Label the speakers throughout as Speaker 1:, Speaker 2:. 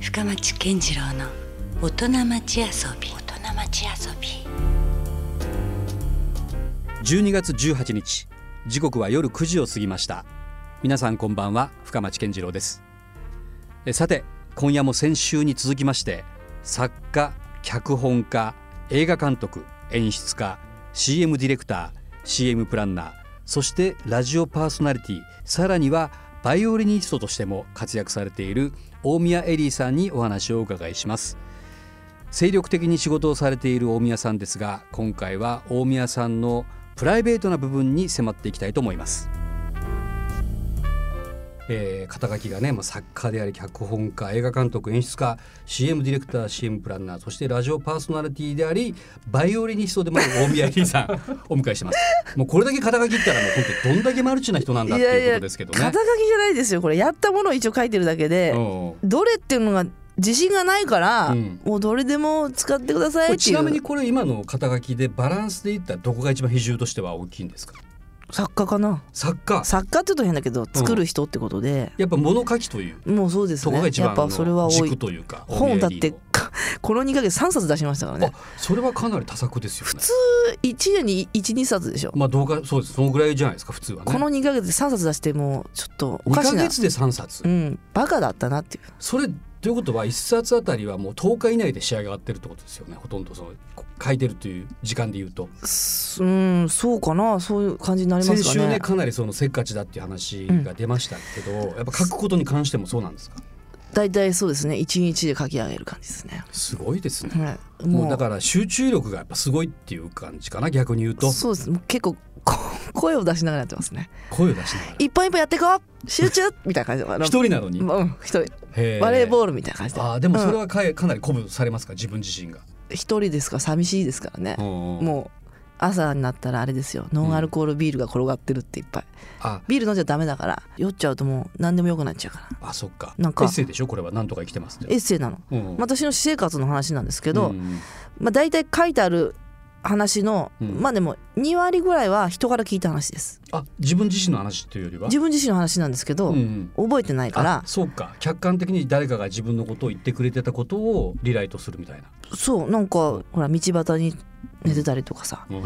Speaker 1: 深町健次郎の大人町遊び大人町遊び
Speaker 2: 12月18日時刻は夜9時を過ぎました皆さんこんばんは深町健次郎ですえさて今夜も先週に続きまして作家脚本家映画監督演出家 CM ディレクター CM プランナーそしてラジオパーソナリティさらにはバイオリニストとしても活躍されている大宮エリーさんにお話をお伺いします精力的に仕事をされている大宮さんですが今回は大宮さんのプライベートな部分に迫っていきたいと思います、えー肩書きがね、まあ、作家であり脚本家映画監督演出家 CM ディレクター CM プランナーそしてラジオパーソナリティでありバイオリニストでもある大宮エリーさんお迎え してますもうこれだけ肩書き言ったらもう本当にどんだけマルチな人なんだっていうことですけどね
Speaker 3: 肩書きじゃないですよこれやったものを一応書いてるだけで、
Speaker 2: うん
Speaker 3: どれっていうのが自信がないから、
Speaker 2: うん
Speaker 3: もうどれでも使ってくださ
Speaker 2: こ
Speaker 3: い
Speaker 2: れ
Speaker 3: って
Speaker 2: ち
Speaker 3: い
Speaker 2: なみに
Speaker 3: う
Speaker 2: これ今の肩書きでバランスで言ったらどこが一番比重としては大きいんですか
Speaker 3: 作家かな
Speaker 2: 作家
Speaker 3: 作家って言うと変だけど作る人ってことで、
Speaker 2: やっぱ物書きという
Speaker 3: もうそうです
Speaker 2: そこが
Speaker 3: ね
Speaker 2: 一
Speaker 3: や
Speaker 2: 番
Speaker 3: っ
Speaker 2: の
Speaker 3: ぱそれは多
Speaker 2: 軸
Speaker 3: い
Speaker 2: というか
Speaker 3: 本だって
Speaker 2: 大
Speaker 3: かこの2ヶ月3冊出しましたから
Speaker 2: 宮入
Speaker 3: ね
Speaker 2: りのあそれはかなり多作ですよね
Speaker 3: 普通1年に12冊でしょ、
Speaker 2: まあ動画そうですそのぐらいじゃないですか普通はね
Speaker 3: この2ヶ月で3冊出してもうちょっとお
Speaker 2: 2
Speaker 3: かし
Speaker 2: ヶ
Speaker 3: な
Speaker 2: 月で3冊
Speaker 3: うんバカだったなっていう
Speaker 2: それということは1冊あたりはもう10日以内で仕上がってるってことですよねほとんどそのこ書いてるという時間で言うと
Speaker 3: すうんそうかなそういう感じになりま
Speaker 2: 先
Speaker 3: すか
Speaker 2: 週ねかなりそのせっかちだっていう話が出ましたけど、やっぱ書くことに関してもそうなんですか
Speaker 3: 大体そうですね一日で書き上げる感じですね。
Speaker 2: すごいですね
Speaker 3: はい、
Speaker 2: もうだから集中力がやっぱすごいっていう感じかな逆に言うと
Speaker 3: そうですもう結構こ 声を出しながらやってますね。
Speaker 2: 声を出しながら
Speaker 3: 一本一本やっていこう集中みたいな感じであの
Speaker 2: 一 人なのに、
Speaker 3: うん一人
Speaker 2: へ
Speaker 3: バレーボ
Speaker 2: ー
Speaker 3: ールみたいな感じで
Speaker 2: あーでもそれはかえかなり鼓舞されますか自分自身が、
Speaker 3: 一、人ですから寂しいですからね、
Speaker 2: もう
Speaker 3: もう朝になったらあれですよノンアルコールビールが転がってるっていっぱい、
Speaker 2: あ
Speaker 3: ビール飲んじゃダメだから酔っちゃうともう何でもよくなっちゃうから
Speaker 2: あそっか
Speaker 3: なんか
Speaker 2: エッセイでしょこれはなんとか生きてますって
Speaker 3: エッセイなの、
Speaker 2: うん
Speaker 3: 私の私生活の話なんですけど、
Speaker 2: うん
Speaker 3: まあ、大体書いてある話の、
Speaker 2: うん
Speaker 3: まあでも2割ぐらいは人から聞いた話です
Speaker 2: あ自分自身の話っていうよりは
Speaker 3: 自分自身の話なんですけど、
Speaker 2: うん
Speaker 3: 覚えてないから
Speaker 2: あそうか客観的に誰かが自分のことを言ってくれてたことをリライトするみたいな、
Speaker 3: そうなんかほら道端に寝てたりとかさ
Speaker 2: うん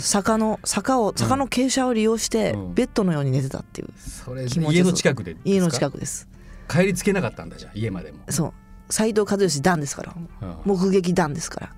Speaker 3: 坂の坂を坂の傾斜を利用して
Speaker 2: うん
Speaker 3: ベッドのように寝てたっていう
Speaker 2: それ
Speaker 3: 気持ちよさ
Speaker 2: 家の近くでですか
Speaker 3: 家の近くです
Speaker 2: 帰りつけなかったんだじゃあ家までも、
Speaker 3: そう斎藤和義団ですから
Speaker 2: うん
Speaker 3: 目撃団ですから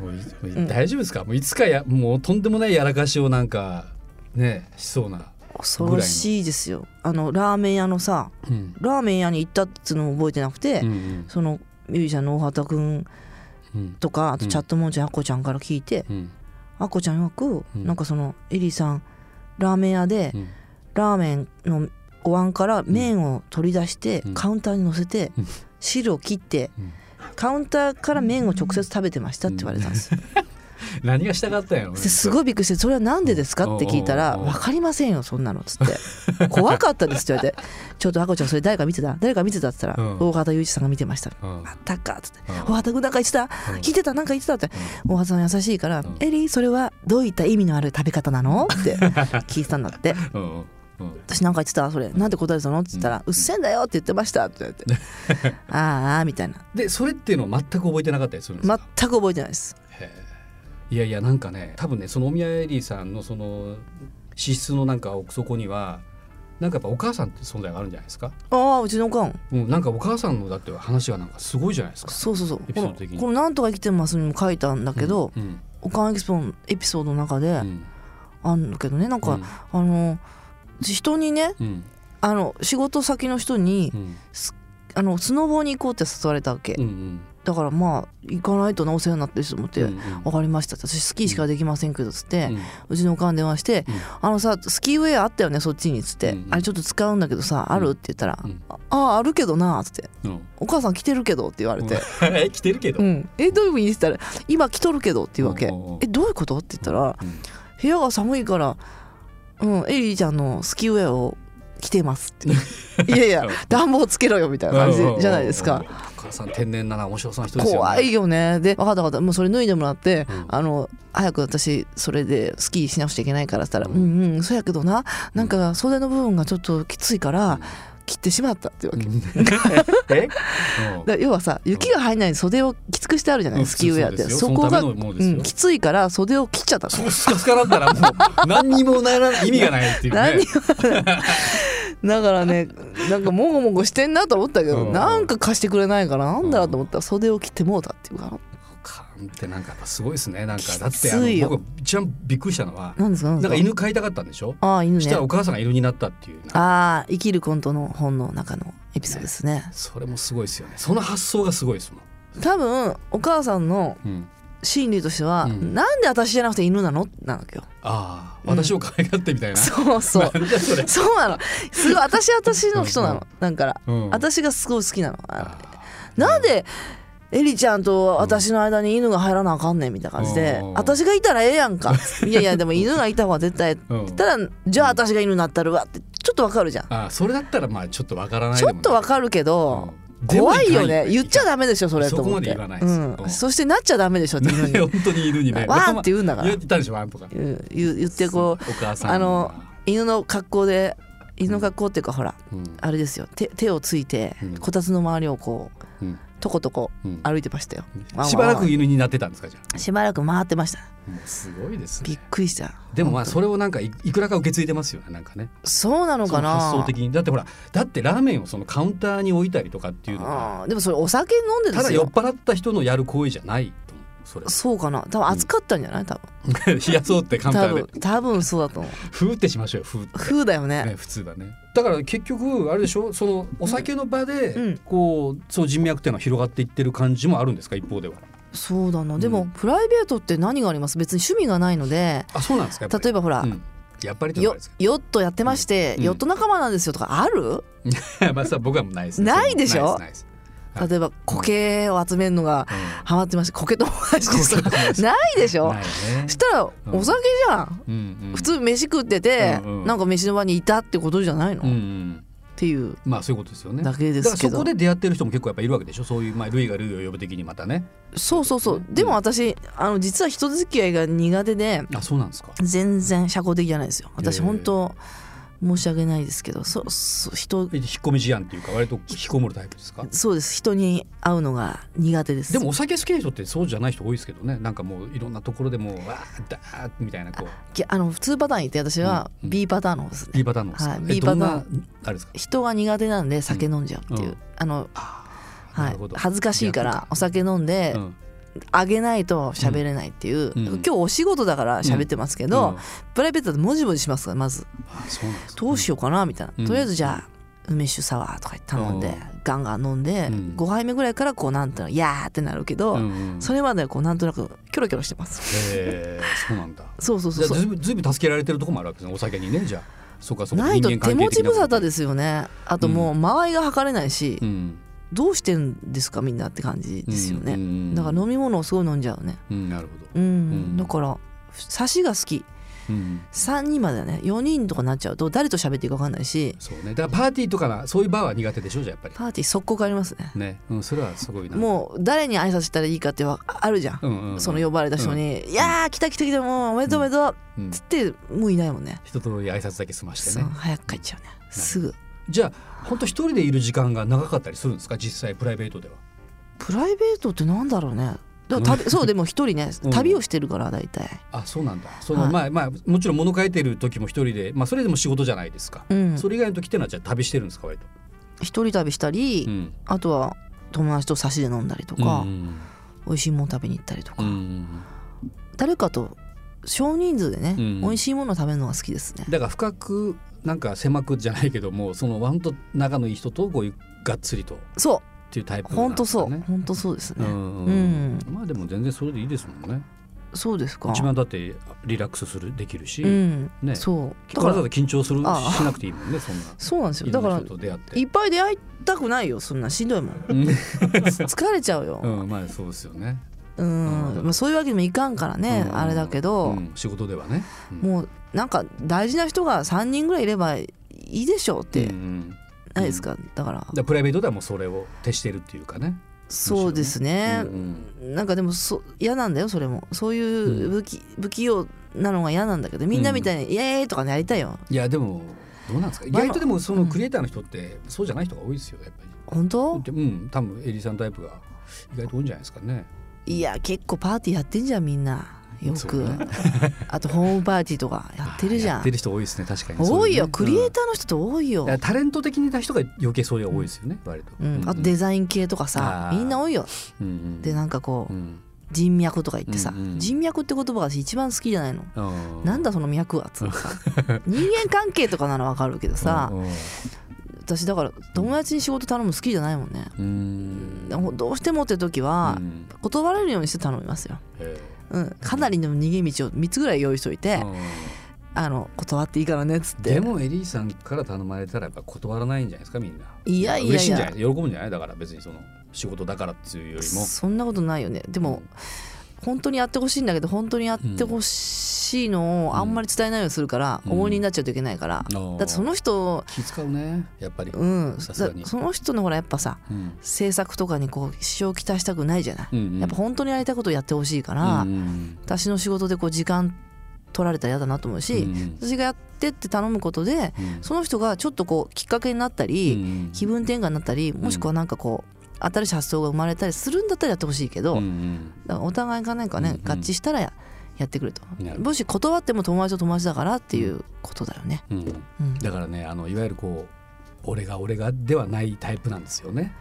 Speaker 2: もういもう大丈夫ですか、もういつかやもうとんでもないやらかしをなんかねしそうな、
Speaker 3: 恐ろしいですよあのラーメン屋のさ
Speaker 2: うん
Speaker 3: ラーメン屋に行ったっつうのも覚えてなくて、
Speaker 2: うん
Speaker 3: そのミュージシャンの大畑くん
Speaker 2: うん
Speaker 3: とかあとチャットモンちゃん、アッコちゃんから聞いて
Speaker 2: うん
Speaker 3: アッコちゃんよく、
Speaker 2: うん
Speaker 3: なんかそのエリーさんラーメン屋で、
Speaker 2: うん
Speaker 3: ラーメンのお椀から麺を取り出して、
Speaker 2: うん
Speaker 3: カウンターに乗せて、
Speaker 2: うん
Speaker 3: 汁を切って、
Speaker 2: うん
Speaker 3: カウンターから麺を直接食べてましたって言われたんです、
Speaker 2: 何がしたかったんやろね
Speaker 3: ですごいびっくりして「それは何でですか?」って聞いた
Speaker 2: う
Speaker 3: ら「
Speaker 2: んうんうん
Speaker 3: 分かりませんよそんなの」っつって「怖かったです」って言われて「ちょっとあこちゃんそれ誰か見てた誰か見てた?」って言ったら
Speaker 2: う
Speaker 3: 「
Speaker 2: ん
Speaker 3: 大畑雄一さんが見てました」
Speaker 2: うん
Speaker 3: あったか」っつって
Speaker 2: うん
Speaker 3: 「大畑君なんか言ってた
Speaker 2: うん
Speaker 3: 聞いてたなんか言ってた」って大畑さん優しいから
Speaker 2: ん
Speaker 3: 「エリーそれはどういった意味のある食べ方なの?」って聞いてたんだって
Speaker 2: うんうんうん
Speaker 3: 私なんか言ってたそれなんて答えてたのって言ったら「うっせえんだよ」って言ってましたって言われて「あーあー」みたいな
Speaker 2: でそれっていうのは全く覚えてなかったりするんです
Speaker 3: 全
Speaker 2: か、
Speaker 3: く覚えてないです
Speaker 2: へえいやいやなんかね多分ねそのお宮エリーさんのその資質のなんか奥底にはなんかやっぱお母さんって存在があるんじゃないですか、
Speaker 3: ああうちのおかん
Speaker 2: うん、なんかお母さんのだって話がなんかすごいじゃないですか
Speaker 3: そうそうそう
Speaker 2: エピ
Speaker 3: こ
Speaker 2: ソー
Speaker 3: の
Speaker 2: ド的に
Speaker 3: この「なんとか生きてます」にも書いたんだけど、
Speaker 2: うん
Speaker 3: おかんエキスポンエピソードの中で
Speaker 2: うん
Speaker 3: あんだけどねなんか、
Speaker 2: うん
Speaker 3: あの人にね
Speaker 2: うん
Speaker 3: あの仕事先の人に、
Speaker 2: うん
Speaker 3: あのスノボーに行こうって誘われたわけ、
Speaker 2: うんうん
Speaker 3: だからまあ行かないとなお世話になってると思って「
Speaker 2: うんうん
Speaker 3: 分かりました」って「私スキーしかできませんけど」っつって、
Speaker 2: う
Speaker 3: うんちのおかん電話して「
Speaker 2: うん
Speaker 3: あのさスキーウェアあったよねそっちに」っつって、
Speaker 2: うんうん
Speaker 3: あれちょっと使うんだけどさある?」って言ったら
Speaker 2: う
Speaker 3: 「
Speaker 2: ん
Speaker 3: あああるけどな」っつって
Speaker 2: うん
Speaker 3: 「お母さん着てるけど」って言われて
Speaker 2: え 来てるけ
Speaker 3: 「う
Speaker 2: ど。
Speaker 3: ん、えどういう意味?」って言ったら「今着とるけど」って言うわけ
Speaker 2: うんうんうん
Speaker 3: 「えどういうこと?」って言ったら
Speaker 2: うん
Speaker 3: 「部屋が寒いから、うん、エリーちゃんのスキーウェアを着てます」 って「いやいや
Speaker 2: うん
Speaker 3: 暖房つけろよ」みたいな感じじゃないです
Speaker 2: うん
Speaker 3: か
Speaker 2: うん。うん。お母さん天然だな面白そうな人ですよね。
Speaker 3: 怖いよねで分かった分かったもうそれ脱いでもらって、
Speaker 2: うん
Speaker 3: あの早く私それでスキーしなくちゃいけないからって言ったら「うんうんそうやけどななんか袖の部分がちょっときついから切ってしまったっていうわけ、
Speaker 2: え、
Speaker 3: だから要はさ雪が入らないように袖をきつくしてあるじゃない、
Speaker 2: うん
Speaker 3: スキーウェアっ
Speaker 2: そ
Speaker 3: て
Speaker 2: うですよ
Speaker 3: そこが
Speaker 2: そのためのものですよ
Speaker 3: うんきついから袖を切っちゃったの
Speaker 2: そうスカスカだったらもう何にもならない意味がないっていうね
Speaker 3: 何だからねなんかもごもごしてんなと思ったけど、
Speaker 2: うん
Speaker 3: なんか貸してくれないからなんだろうと思ったら袖を切ってもうたっていうか
Speaker 2: カーンってなんかやっぱすごいですねなんかだってあ
Speaker 3: きついよ
Speaker 2: の僕一番びっくりしたのは
Speaker 3: なんですかなん
Speaker 2: な
Speaker 3: で
Speaker 2: んか
Speaker 3: すか
Speaker 2: 犬飼いたかったんでしょ
Speaker 3: ああ犬
Speaker 2: し
Speaker 3: ね
Speaker 2: たらお母さんが犬になったっていうな
Speaker 3: ああ生きるコントの本の中のエピソードですね
Speaker 2: それもすごいですよねその発想がすごいですもん、
Speaker 3: 多分お母さんの
Speaker 2: うん、
Speaker 3: 心理としては、
Speaker 2: うん
Speaker 3: なんで私じゃなくて犬なのなわけよ
Speaker 2: ああ
Speaker 3: うん
Speaker 2: 私を可愛がってみたいな、
Speaker 3: そうそう
Speaker 2: なんだそれ、
Speaker 3: そうなのすごい私私の人なのだから
Speaker 2: うん、
Speaker 3: 私がすごい好きなのあ
Speaker 2: あ
Speaker 3: なんでエリちゃんと私の間に犬が入らなあかんねんみたいな感じで
Speaker 2: うん
Speaker 3: 「私がいたらええやんか」いやいやでも犬がいた方が絶対」って
Speaker 2: ー、うん
Speaker 3: 言ったら「じゃあ私が犬になったるわ」ってちょっとわかるじゃん
Speaker 2: あーそれだったらまあちょっとわからない
Speaker 3: ちょっとわか
Speaker 2: る
Speaker 3: るけど怖いよね言っちゃダメでしょそれと思って
Speaker 2: そこまで言わないですう
Speaker 3: う
Speaker 2: んん
Speaker 3: そしてなっちゃダメでしょっていうの
Speaker 2: ね
Speaker 3: に
Speaker 2: 本当に犬にね
Speaker 3: ワンって言うんだから
Speaker 2: 言ったでしょワンとか
Speaker 3: うん言言ってこう
Speaker 2: お母さんは
Speaker 3: あの犬の格好で犬の格好っていうかほら
Speaker 2: うん
Speaker 3: あれですよ手手をついて
Speaker 2: うん
Speaker 3: こたつの周りをこう
Speaker 2: うん
Speaker 3: とことこ
Speaker 2: うん
Speaker 3: 歩いてましたよワンワンワン
Speaker 2: しばらく犬になってたんですかじゃ
Speaker 3: しばらく回ってました
Speaker 2: あもうすごいですね
Speaker 3: びっくりした
Speaker 2: でもまあそれをなんかいいくらか受け継いでますよねなんかね
Speaker 3: そうなのかな
Speaker 2: その発想的にだってほらだってラーメンをそのカウンターに置いたりとかっていうのは
Speaker 3: あーでもそれお酒飲んでで
Speaker 2: ただ
Speaker 3: す
Speaker 2: 酔っ
Speaker 3: よ
Speaker 2: 払った人のやる行為じゃないと思うそれ
Speaker 3: そうかな多分暑かったんじゃない多分
Speaker 2: 冷やそうってカウンタ
Speaker 3: 多
Speaker 2: ー
Speaker 3: 分
Speaker 2: で
Speaker 3: 多分そうだと思う
Speaker 2: ふーってしましょうよふーって
Speaker 3: 風だよね
Speaker 2: ね普通だねだから結局あれでしょそのお酒の場
Speaker 3: うんうん
Speaker 2: でこうそう人脈っていうのは広がっていってる感じもあるんですか一方では
Speaker 3: そうだなでも、
Speaker 2: うん
Speaker 3: プライベートって何があります別に趣味がないので
Speaker 2: あそうなんですかやっぱり
Speaker 3: 例えばほら、
Speaker 2: うんやっぱりってのはあ
Speaker 3: よ
Speaker 2: れですけ
Speaker 3: ヨットやってまして、
Speaker 2: うん
Speaker 3: ヨット仲間なんですよとかある、
Speaker 2: ど まあさ僕はもうないですね
Speaker 3: ないでしょ
Speaker 2: ないですはい
Speaker 3: 例えば苔を集めるのが
Speaker 2: ない
Speaker 3: ハマってまして苔友達です
Speaker 2: 苔友達
Speaker 3: ないでし
Speaker 2: ですうん
Speaker 3: ょ
Speaker 2: ないね
Speaker 3: したら
Speaker 2: ん
Speaker 3: お酒じゃん、
Speaker 2: うんうん
Speaker 3: 普通飯食ってて、
Speaker 2: うんうん
Speaker 3: なんか飯の場にいたってことじゃないの、
Speaker 2: うんう
Speaker 3: っ
Speaker 2: ん
Speaker 3: ていう
Speaker 2: まあそういうことですよね
Speaker 3: だけで
Speaker 2: だか
Speaker 3: す
Speaker 2: ら
Speaker 3: け
Speaker 2: そ
Speaker 3: ど
Speaker 2: こで出会ってる人も結構やっぱいるわけでしょそういうまあ類が類を呼ぶ的にまたね
Speaker 3: そうそうそう
Speaker 2: うん
Speaker 3: でも私あの実は人付き合いが苦手で
Speaker 2: あそうなんですか
Speaker 3: 全然社交的じゃないですよ私
Speaker 2: へえ
Speaker 3: 本当申し訳ないですけどそそ人
Speaker 2: え引っ込み思案っていうか割と引きこもるタイプですか
Speaker 3: そうです人に会うのが苦手です
Speaker 2: でもお酒好きな人ってそうじゃない人多いですけどねなんかもういろんなところでもうわーだーみたいなこう
Speaker 3: きあの普通パターン言って私は
Speaker 2: うん
Speaker 3: B パターンの方ですね、
Speaker 2: B パターンのですか、
Speaker 3: はい
Speaker 2: え
Speaker 3: B パターン
Speaker 2: どんなあれですか
Speaker 3: 人が苦手なんで酒飲んじゃうっていう、
Speaker 2: うんうん
Speaker 3: あの、
Speaker 2: あーな
Speaker 3: は
Speaker 2: る
Speaker 3: い
Speaker 2: ほど、
Speaker 3: 恥ずかしいか
Speaker 2: 逆
Speaker 3: らお酒飲ん
Speaker 2: に
Speaker 3: で
Speaker 2: うん
Speaker 3: あげないと喋れないっていう、
Speaker 2: うん
Speaker 3: 今日お仕事だから喋ってますけど、
Speaker 2: うんあ
Speaker 3: プライベートでもじもじしますからまず
Speaker 2: そうなんですか
Speaker 3: どうしようかなみたいな、
Speaker 2: うん
Speaker 3: とりあえずじゃあ梅酒サワーとか頼んで、
Speaker 2: うん
Speaker 3: ガンガン飲んで、
Speaker 2: うん
Speaker 3: 5杯目ぐらいからこうなんていうのいやーってなるけど、
Speaker 2: うんうん
Speaker 3: それまではこうなんとなくキョロキョロしてます
Speaker 2: へーそうなんだ
Speaker 3: そうそう
Speaker 2: じ
Speaker 3: そ
Speaker 2: ゃ
Speaker 3: う
Speaker 2: あずい
Speaker 3: そう
Speaker 2: ぶんずいぶん助けられてるとこもあるわけですねお酒にねじゃあそうかそうか
Speaker 3: ないと
Speaker 2: 人間
Speaker 3: 手
Speaker 2: 関係
Speaker 3: 持
Speaker 2: 的
Speaker 3: ち
Speaker 2: な
Speaker 3: 無
Speaker 2: こと
Speaker 3: 沙汰ですよねあともう周りが測れないし、
Speaker 2: うん
Speaker 3: どうしてんですかみんなって感じですよね、
Speaker 2: うんうんうん
Speaker 3: だから飲み物をすごい飲んじゃうね
Speaker 2: うんなるほど
Speaker 3: うん、
Speaker 2: ん
Speaker 3: だから差しが好き
Speaker 2: うん
Speaker 3: 3人までだね4人とかになっちゃうと誰と喋っていいか分かんないし
Speaker 2: そうねだからパーティーとかなそういうバーは苦手でしょじゃあやっぱり
Speaker 3: パーティー速攻がありますね
Speaker 2: ね、うん、それはすごいな
Speaker 3: もう誰に挨拶したらいいかってはあるじゃん、
Speaker 2: う、んうんうん、
Speaker 3: その呼ばれた人に「いやー来た来た来たもうおめでとうおめでとう」
Speaker 2: うん
Speaker 3: つってもういないもんね
Speaker 2: 一通り挨拶だけ済まして
Speaker 3: そう
Speaker 2: ね
Speaker 3: 早く帰っちゃうねすぐ
Speaker 2: じゃあ本当一人でいる時間が長かったりするんですか実際プライベートでは
Speaker 3: プライベートってなんだろうねでも旅そうでも一人ね
Speaker 2: うん
Speaker 3: 旅をしてるから大体
Speaker 2: あそうなんだその、
Speaker 3: はい
Speaker 2: まあまあもちろん物書いてる時も一人でまあそれでも仕事じゃないですか、
Speaker 3: うん
Speaker 2: それ以外の時ってのはじゃあ旅してるんですか割と、
Speaker 3: 一人旅したり、
Speaker 2: ん、
Speaker 3: あとは友達と差しで飲んだりとか、
Speaker 2: うん
Speaker 3: 美味しいもの食べに行ったりとか、
Speaker 2: うんうん
Speaker 3: 誰かと少人数でね、
Speaker 2: うん
Speaker 3: 美味しいものを食べるのが好きですね
Speaker 2: だから深くなんか狭くじゃないけどもそのワンと仲のいい人とこういうがっつりとっ
Speaker 3: そ
Speaker 2: ていうタイプ
Speaker 3: う
Speaker 2: な
Speaker 3: ほん
Speaker 2: んで
Speaker 3: と
Speaker 2: すか
Speaker 3: そう、
Speaker 2: ね
Speaker 3: ほんとそうですね、
Speaker 2: うん
Speaker 3: うん
Speaker 2: まあでも全然それでいいですもんね
Speaker 3: そうですか
Speaker 2: 一番だってリラックスするできるし、
Speaker 3: うん、
Speaker 2: ね
Speaker 3: そう
Speaker 2: わ
Speaker 3: だか
Speaker 2: ざわざ
Speaker 3: ら
Speaker 2: 緊張するし
Speaker 3: ああ
Speaker 2: なくていいもんねそんな
Speaker 3: そうなんですよ
Speaker 2: い
Speaker 3: だ
Speaker 2: ろん
Speaker 3: か
Speaker 2: な
Speaker 3: ら
Speaker 2: 人と出会って
Speaker 3: いっぱい出会いたくないよそんなしんどいもん 疲れちゃうよ
Speaker 2: うん、うん、まあそうですよね
Speaker 3: うん、
Speaker 2: うん
Speaker 3: まあ、そういうわけにもいかんからね、
Speaker 2: うん
Speaker 3: あれだけど、
Speaker 2: うん仕事ではね、うん
Speaker 3: もうなんか大事な人が3人ぐらいいればいいでしょうっ
Speaker 2: う
Speaker 3: て
Speaker 2: んうんだか
Speaker 3: ないですか、だから
Speaker 2: らプライベートではもうそれを徹してるっていうかね
Speaker 3: そうですね、
Speaker 2: うんうん
Speaker 3: なんかでもそ嫌なんだよそれもそういう
Speaker 2: うん
Speaker 3: 不器,、不器用なのが嫌なんだけどみんなみたいに「イエーイ!」とかねやりたいよ
Speaker 2: いやでもどうなんですか意
Speaker 3: まあ
Speaker 2: 外とでもそうの
Speaker 3: ん
Speaker 2: クリエイターの人ってそうじゃない人が多いですよやっぱり
Speaker 3: 本当
Speaker 2: でうん多分エリさんタイプが意外と多いんじゃないですかね
Speaker 3: いや結構パーティーやってんじゃんみんなよ
Speaker 2: そう
Speaker 3: く
Speaker 2: ね
Speaker 3: あとホームパーティーとかやってるじ
Speaker 4: や
Speaker 3: ゃ
Speaker 4: って
Speaker 3: ん
Speaker 4: る人多いですね確かに
Speaker 3: 多いよ、
Speaker 4: そう
Speaker 3: ク
Speaker 4: うね
Speaker 3: リエイターの人って多いよ
Speaker 2: だか、らタレント的な人が余計そういう多いですよね、割と、
Speaker 3: うんあとデザイン系とかさ
Speaker 4: あー
Speaker 3: みんな多いよ
Speaker 4: うんうん
Speaker 3: でなんかこう、
Speaker 4: うん
Speaker 3: 人脈とか言ってさ、
Speaker 4: うんうん
Speaker 3: 人脈って言葉が私一番好きじゃないの、
Speaker 4: うん
Speaker 3: なんだその脈はっつうのさ 人間関係とかならわかるけどさ、
Speaker 4: うん
Speaker 3: 私だから友達に仕事頼むの好きじゃないもんね、
Speaker 4: うん
Speaker 3: でもどうしてもって時は
Speaker 4: う、ん
Speaker 3: 断られるようにして頼みますよ、
Speaker 4: え
Speaker 3: うん、かなりの逃げ道を3つぐらい用意しといて、
Speaker 4: えうん
Speaker 3: あの断っていいからねっつって
Speaker 2: でもエリーさんから頼まれたらやっぱ断らないんじゃないですかみんない
Speaker 3: やいやいや
Speaker 2: 嬉しいんじゃない喜ぶんじゃないだから別にその仕事だからっていうよりも
Speaker 3: そんなことないよねでも本当にやってほしいんだけど本当にやってほしいのをあんまり伝えないようにするから、
Speaker 4: うん
Speaker 3: 重荷になっちゃうといけないから、
Speaker 4: うん
Speaker 3: だってその人
Speaker 2: 気使うねやっぱり、
Speaker 3: うん
Speaker 2: さすがに
Speaker 3: だその人のほらやっぱさ
Speaker 4: うん
Speaker 3: 制作とかにこう支障をきたしたくないじゃない、
Speaker 4: うんうん
Speaker 3: やっぱ本当にやりたいことをやってほしいから、
Speaker 4: うん
Speaker 3: 私の仕事でこう時間取られたら嫌だなと思うし、
Speaker 4: うん
Speaker 3: 私がやってって頼むことで
Speaker 4: うん
Speaker 3: その人がちょっとこうきっかけになったり、
Speaker 4: うん
Speaker 3: 気分転換になったりもしくはなんかこう新しい発想が生まれたりするんだったらやってほしいけど、
Speaker 4: うんうん
Speaker 3: だからお互いがなんか
Speaker 4: うん
Speaker 3: ね
Speaker 4: うん
Speaker 3: 合致したらややってくると
Speaker 4: なるほど
Speaker 3: もし断っても友達と友達だからっていうことだよね、
Speaker 4: うん
Speaker 3: うん、
Speaker 2: だからねあのいわゆるこう俺が俺がではないタイプなんですよね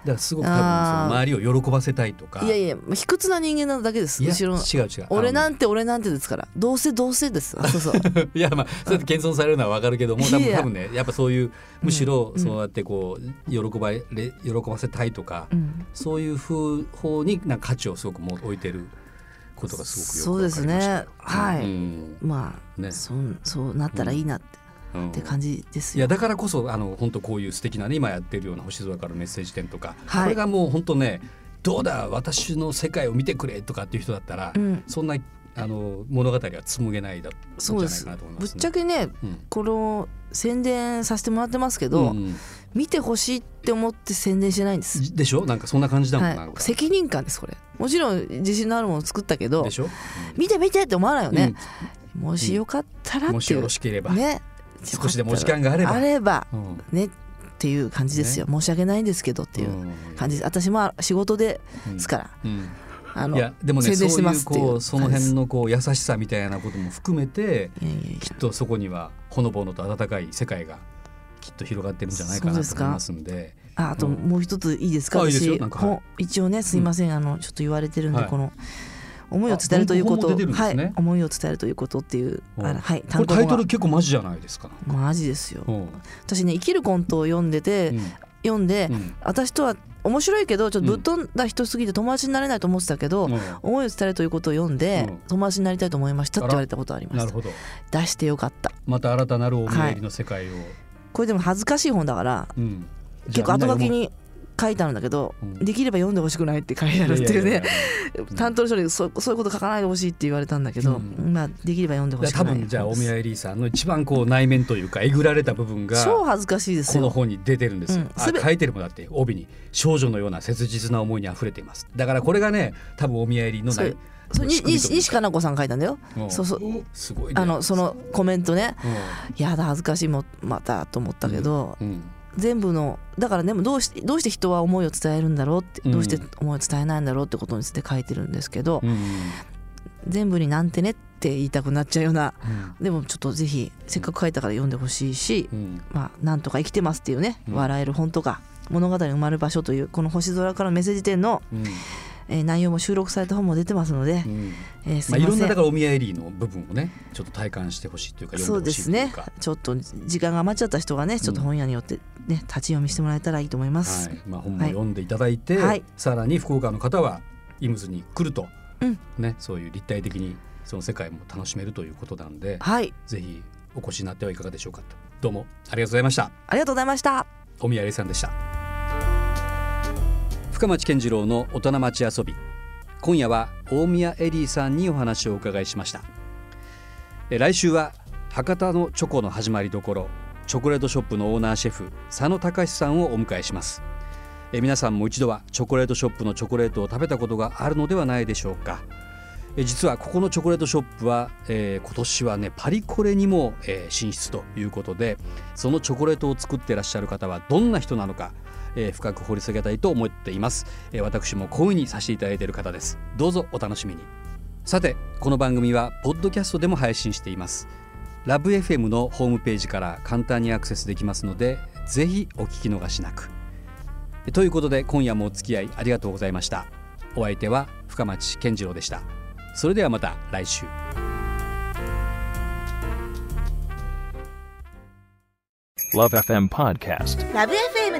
Speaker 2: だからすごく多分その
Speaker 3: あー
Speaker 2: 周りを喜ばせたいとか
Speaker 3: いやいや卑屈な人間なだけです
Speaker 2: いや
Speaker 3: 後ろの
Speaker 2: 違う違う
Speaker 3: 俺な
Speaker 2: て
Speaker 3: んて俺なんてですからどうせどうせですあそうそう
Speaker 2: いやまあそうやって謙遜されるのはわかるけども多
Speaker 3: いやい
Speaker 2: 分
Speaker 3: や
Speaker 2: 多分ねやっぱそういうむしろ
Speaker 3: うん
Speaker 2: そうやってこう喜ばれ喜ばせたいとか、
Speaker 3: うん
Speaker 2: そういう風方になんか価値をすごくもう置いてることがすごくよくわかりましたよ
Speaker 3: そうですねはい
Speaker 2: うん
Speaker 3: まあ、
Speaker 2: ね
Speaker 3: そんそうなったらいいなって,、
Speaker 2: うん
Speaker 3: って感じです
Speaker 2: い
Speaker 3: よ
Speaker 2: やだからこそあの本当こういう素敵なね今やってるような星空からのメッセージ展とか、
Speaker 3: はい
Speaker 2: これがもう本当ねどうだ私の世界を見てくれとかっていう人だったら、
Speaker 3: うん
Speaker 2: そんなあの物語は紡げないだ
Speaker 3: そうです
Speaker 2: じゃないかなと思い
Speaker 3: ぶ
Speaker 2: ま
Speaker 3: っ
Speaker 2: す、ね。
Speaker 3: ちゃけね
Speaker 2: うん
Speaker 3: この宣伝させてもらってますけど、
Speaker 2: うん
Speaker 3: 見てほしいって思って宣伝してないんです、
Speaker 2: でしょなんかそんな感じだもんな、
Speaker 3: は
Speaker 2: なん
Speaker 3: い、
Speaker 2: か
Speaker 3: 責任感ですこれもちろん自信のあるものを作ったけど
Speaker 2: でしょ、
Speaker 3: 見て見てって思わないよね、もしよかったらっていう、
Speaker 2: もしよろしければ、
Speaker 3: ね
Speaker 2: 少しでもお時間があれば
Speaker 3: あれば
Speaker 2: うん
Speaker 3: ねっていう感じですよ、申し訳ないんですけどっていう感じです私も仕事ですから、
Speaker 2: うん
Speaker 3: あ
Speaker 2: いや
Speaker 3: の
Speaker 2: でもね
Speaker 3: 宣
Speaker 2: そう
Speaker 3: 伝してま
Speaker 2: い
Speaker 3: す
Speaker 2: う
Speaker 3: っていう
Speaker 2: こうその辺
Speaker 3: の
Speaker 2: のこう優しさみたいなことも含めて
Speaker 3: いやいやいや
Speaker 2: きっとそこにはほのぼのと温かい世界がきっと広がってるんじゃないかなと思いますんで
Speaker 3: ああともう一ついいですか、
Speaker 2: あいいです
Speaker 3: 私
Speaker 2: よなんかはい
Speaker 3: ほん一応ねすいません、あのちょっと言われてるんで、
Speaker 2: はい
Speaker 3: この思いを伝えるということ
Speaker 2: あ文庫本も出てるん
Speaker 3: は
Speaker 2: ですね
Speaker 3: い思いを伝えるということっていう
Speaker 2: うん
Speaker 3: あのはい
Speaker 2: これ
Speaker 3: 単語
Speaker 2: タイト
Speaker 3: が
Speaker 2: ル結構マジじゃないですか、
Speaker 3: マジですよ
Speaker 2: うん
Speaker 3: 私ね生きるコントを読んでて、読んで、
Speaker 2: うん
Speaker 3: 私とは面白いけどちょっとぶっ飛んだ人すぎて友達になれないと思ってたけど、
Speaker 2: うん
Speaker 3: 思いを伝えるということを読んで、
Speaker 2: うん
Speaker 3: 友達になりたいと思いましたって言われたことありま
Speaker 2: な
Speaker 3: し
Speaker 2: る
Speaker 3: た
Speaker 2: ほど
Speaker 3: 出してよかった
Speaker 2: また新たなるお見入りの世界を、
Speaker 3: これでも恥ずかしい本だから
Speaker 2: うん
Speaker 3: 結構後書きに書いてあるんだけど、
Speaker 2: うん
Speaker 3: できれば読んでほしくないって書いてあるっていうね担当の人にそうそういうこと書かないでほしいって言われたんだけど、
Speaker 2: うん
Speaker 3: まあできれば読んでほしく
Speaker 2: 多
Speaker 3: ない
Speaker 2: 分じゃあお宮入りさんの一番こう内面というかえぐられた部分が
Speaker 3: 超恥ずかしいです
Speaker 2: この
Speaker 3: よ
Speaker 2: 本に出てるんですよ、
Speaker 3: うん
Speaker 2: あ
Speaker 3: すべ
Speaker 2: 書いてるもんだって帯に少女のような切実な思いにあふれていますだからこれがね多分お宮入りの
Speaker 3: そ
Speaker 2: な
Speaker 3: れ
Speaker 2: い
Speaker 3: それに
Speaker 2: 仕組みというか
Speaker 3: 西加奈子さん書いたんだよ
Speaker 2: うん
Speaker 3: そうそう
Speaker 2: すごいね
Speaker 3: あのそのコメントね
Speaker 2: う
Speaker 3: やだ恥ずかしいもんまたと思ったけど、
Speaker 2: んうん
Speaker 3: 全部のだからでもどうしどうして人は思いを伝えるんだろうって、
Speaker 2: うん
Speaker 3: どうして思いを伝えないんだろうってことについて書いてるんですけど、
Speaker 2: うん
Speaker 3: 全部になんてねって言いたくなっちゃうようなでもちょっとぜひせっかく書いたから読んでほしいし、
Speaker 2: うん
Speaker 3: まあなんとか生きてますっていうね、
Speaker 2: うん
Speaker 3: 笑える本とか物語が生まれる場所というこの星空からのメッセージ展の、
Speaker 2: うん
Speaker 3: えー内容も収録された本も出てますので
Speaker 2: う、ん
Speaker 3: えーす
Speaker 2: まあ、
Speaker 3: い
Speaker 2: い
Speaker 3: ま
Speaker 2: ろん
Speaker 3: せ
Speaker 2: なんだからお宮入りの部分をねちょっと体感してほしいというか
Speaker 3: そ
Speaker 2: 読
Speaker 3: うん
Speaker 2: で
Speaker 3: で
Speaker 2: ほしい
Speaker 3: す
Speaker 2: という
Speaker 3: ね
Speaker 2: か。
Speaker 3: ちょっと時間が余っちゃった人はねちょっと本屋によってね、立ち読みしてもらえたらいいと思います。
Speaker 2: はいまあ、本も読んでいただいて、
Speaker 3: はい
Speaker 2: さらに福岡の方はイムズに来ると、
Speaker 3: うん
Speaker 2: ね、そういう立体的にその世界も楽しめるということなんで、
Speaker 3: はい、
Speaker 2: ぜひお越しになってはいかがでしょうかとどうもありがとうございました
Speaker 3: ありがとうございました。
Speaker 2: お宮入りさんでした
Speaker 4: 深町健次郎の大人町遊び今夜は大宮エリーさんにお話をお伺いしましたえ来週は博多のチョコの始まりどころチョコレートショップのオーナーシェフ佐野隆さんをお迎えしますえ皆さんも一度はチョコレートショップのチョコレートを食べたことがあるのではないでしょうか
Speaker 2: え実はここのチョコレートショップは、えー今年はねパリコレにも、えー進出ということでそのチョコレートを作ってらっしゃる方はどんな人なのか、えー深く掘り下げたいと思っています、えー私もこういうふうにさせていただいている方ですどうぞお楽しみにさてこの番組はポッドキャストでも配信していますラブ f m のホームページから簡単にアクセスできますのでぜひお聞き逃しなくということで今夜もお付き合いありがとうございましたお相手は深町健次郎でしたそれではまた来週
Speaker 5: Love FM Podcast.
Speaker 6: ラブ f m